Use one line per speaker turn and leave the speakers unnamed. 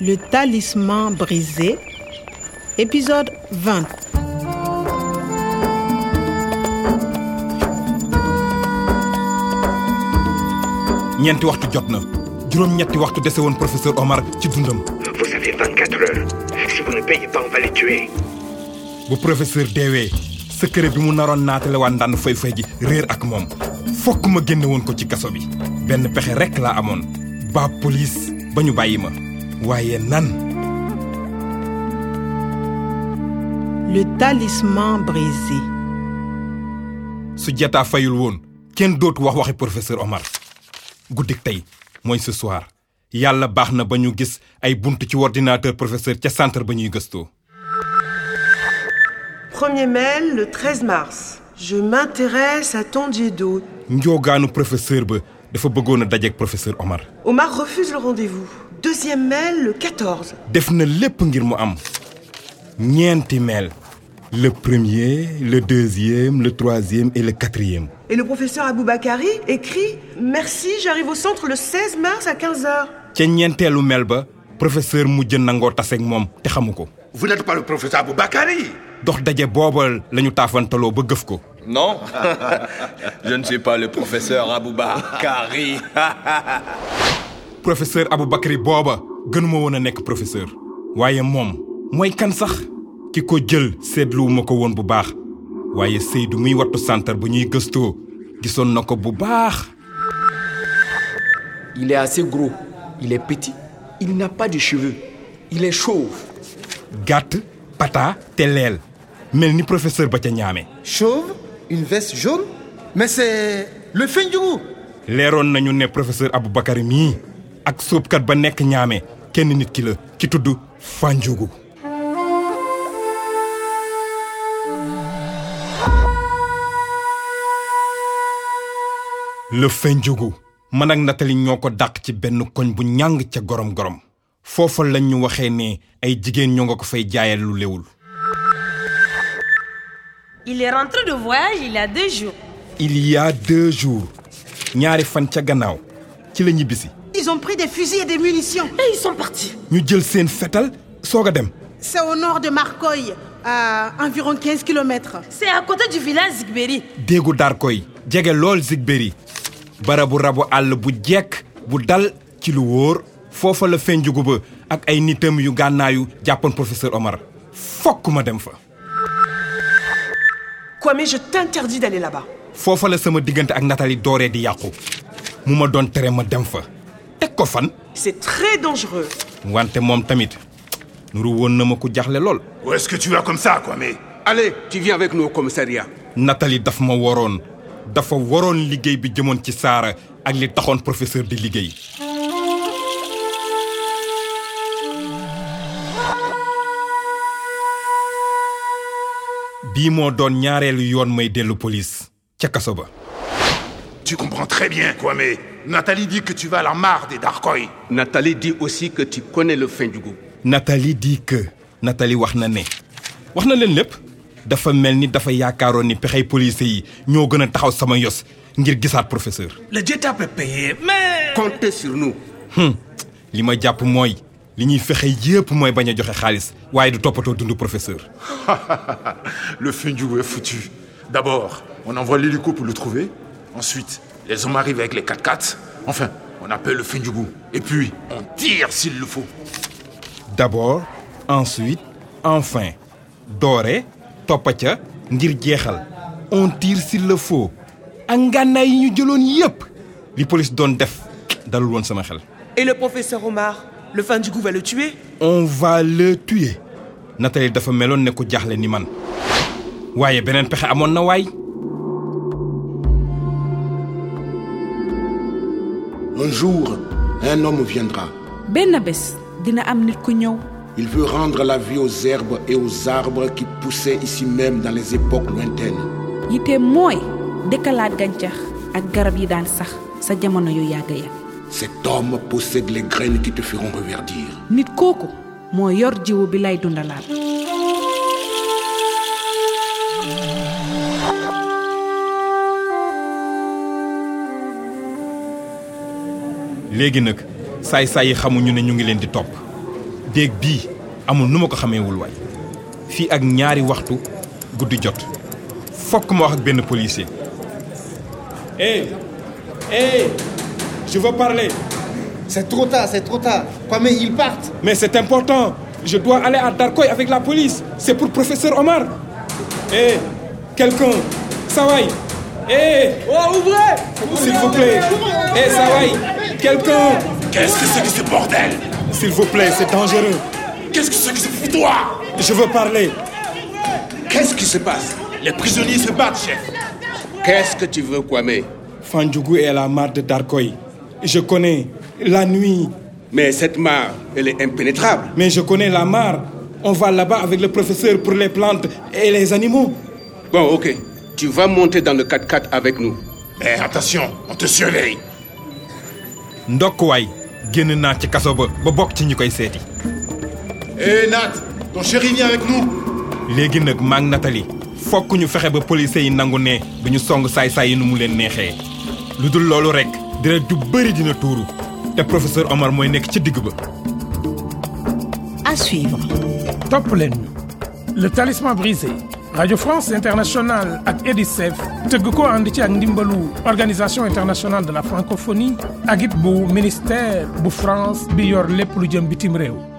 Le talisman brisé, épisode 20.
ñeenti waxtu jot na juróom-ñetti waxtu dese woon professeur Omar ci dundam
Vous avez 24 heures. Si vous ne payez pas, on va les tuer.
bu professeur deewee secret bi mu naroon naatale waa ndànn fay-fay ji réer ak moom fokk ma génne woon ko ci kaso bi benn pexe rekk laa amoon ba police ba ñu bàyyi ma waaye nan
Le talisman brisé.
su jataa fayul woon kenn dootu wax waxi professeur Omar guddik tey mooy ce soir yàlla baax na ba ñu gis ay bunt ci ordinateur professeur ca centre ba ñuy gëstoo
Premier mail le 13 mars. Je m'intéresse à Tondiedo.
njoogaanu professeur ba dafa bëggoon a dajeek professeur Omar
Omar refuse le rendez-vous. Deuxième mail le 14.
def na lépp ngir mu am ñeenti mel le premier le deuxième le troisième et le quatrième
Et le professeur Aboubakari écrit Merci, j'arrive au centre le 16 mars à 15h.
ca ñeenteelu mel ba professeur mujj nangoo taseeg moom te xamu ko
Vous n'êtes pas le professeur Aboubakari
dox daje boobal lañu taafantaloo ba gëf ko
Non Je ne suis pas le professeur Aboubakari.
professeur Aboubakry booba gënuma woon a nekk professeur waaye moom mooy kan sax ki ko jël seetluwuma ko woon bu baax waaye Seydou muy wattu santar bu ñuy gëstoo gisoon na ko bu baax
Il est assez gros, il est petit, il n'a pas de cheveux, il est chauve.
gàtt pata te leel mel ni professeur ba ca ñaame
chauve, une veste jaune. Mais c'est le fin du goût.
leeroon nañu ne professeur Aboubakry mii ak sóobkat ba nekk ñaame kenn nit ki la ci tudd Fanjugu le Fanjugu man ak Nathalie ñoo ko dàq ci benn koñ bu ñàng ca gorom gorom foofa lañ ñu waxee ne ay jigéen ñoo nga ko fay jaayal lu léwul
Il est rentré de voyage il y a deux jours.
il y a deux jours ñaari fan ca gannaaw ci la ñibbisi
Ils ont pris des fusils et des munitions.
Et ils sont partis.
ñu jël seen fetal soog a dem
C'est au nord de Marcoy, à environ 15 km.
C'est à côté du village Zigberi.
déggu daar koy jege lool Zigbéri barabu rabu àll bu jekk bu dal ci lu wóor foofa la fenjugu ba ak ay nitam yu gànnaayu jàppoon professeur Omar fokk ma dem fa
Quoi, mais je t'interdis d'aller là-bas.
foofa la sama diggante ak Nathalie dooree di yàqu mu ma doon tere ma dem fa teg ko fan
C'est très dangereux.
wante moom tamit nuru woon na ma ko jaxle lool
Où est-ce que tu vas comme ça, quoi, mais
Allez, tu viens avec nous au commissariat.
Nathalie daf ma waroon dafa waroon liggéey bi jëmoon ci Saara ak li taxoon professeur di liggéey bii moo doon ñaareelu yoon may dellu police ca kaso ba
Tu comprends très bien, quoi, mais Nathalie dit que tu vas à la mare des Darkoy.
Nathalie dit aussi que tu connais le fin du goût.
Nathalie dit que Nathalie wax na ne wax na leen lépp dafa mel ni dafa yaakaaroon ni pexey policiers yi ñoo gën a taxaw sama yos ngir gisaat professeur
Comptez sur nous.
Hmm. li ma jàpp mooy li ñuy fexe yépp mooy bañ a joxe xaalis waaye du toppatoo dundu professeur
le fin du goût est foutu. D'abord, on envoie l'hélico pour le trouver. Ensuite, les hommes arrivent avec les 4x4. Enfin, on appelle le fin du goût. Et puis, on tire s'il le faut.
d'abord ensuite enfin doore toppa ca ngir jeexal on tire s'il le faut ak ngànnaay yi ñu jëloon yépp li police doon def dalul woon sama xel
Et le professeur Omar Le fin du goût va le tuer
on va le tuer Nathalie dafa meloon ne ku jaaxle ni man waaye beneen pexe amoon na waay
Un jour, un homme viendra.
benn bés dina am nit ku ñëw
Il veut rendre la vie aux herbes et aux arbres qui poussaient ici même dans les époques lointaines.
yiteem mooy dëkkalaat gàncax ak garab yi daan sax sa jamono yu yàgg ya
Cet homme possède les graines qui te feront reverdir.
nit kooku moo yor jiwu bi lay dundalaat
léegi nag saay-saay yi xamuñu ne ñu ngi leen di topp déeg bii amul nu ma ko xameewul waay fii ak ñaari waxtu guddi jot fokk ma wax ak benn policier. hey hey Eh, je veux parler.
C'est trop tard, c'est trop tard. Kwame, ils partent.
Mais c'est important. Je dois aller à Darkoy avec la police. C'est pour professeur Omar. Hé, Eh, quelqu'un. Sawai. Hé,
Oh, ouvrez
s'il vous plaît. Hé, Sawai. Quelqu'un.
Qu'est-ce que c'est que ce bordel
S'il vous plaît, c'est dangereux.
Qu'est-ce que c'est que ce foutoir
Je veux parler.
Qu'est-ce qui se passe Les prisonniers se battent, chef.
Qu'est-ce que tu veux, Kwame
Fandjougou est à la mare de Darkoy. Je connais la nuit.
Mais cette mare, elle est impénétrable.
Mais je connais la mare. On va là-bas avec le professeur pour les plantes et les animaux.
Bon, ok. Tu vas monter dans le 4x4 avec nous.
Mais Eh, attention, on te surveille.
Ndokwaay génn naa ci kaso ba ba bokk ci ñi koy seeti.
Hé, Eh, Nat, ton chéri vient avec nous.
léegi nag maag Nathalie fokk ñu fexe ba policiers yi nangu ne du ñu song saay-saay yi nu mu leen neexee lu dul loolu rek dina du bëri dina tuuru te professeur Omar mooy nekk ci digg ba.
À suivre.
topp leen ñu le talisman brisé radio france internationale ak edicef tëgg ko ànd ci ak ndimbalu organisation internationale de la francophonie ak it bu ministère bu france bi yor lépp lu jëm bitim réew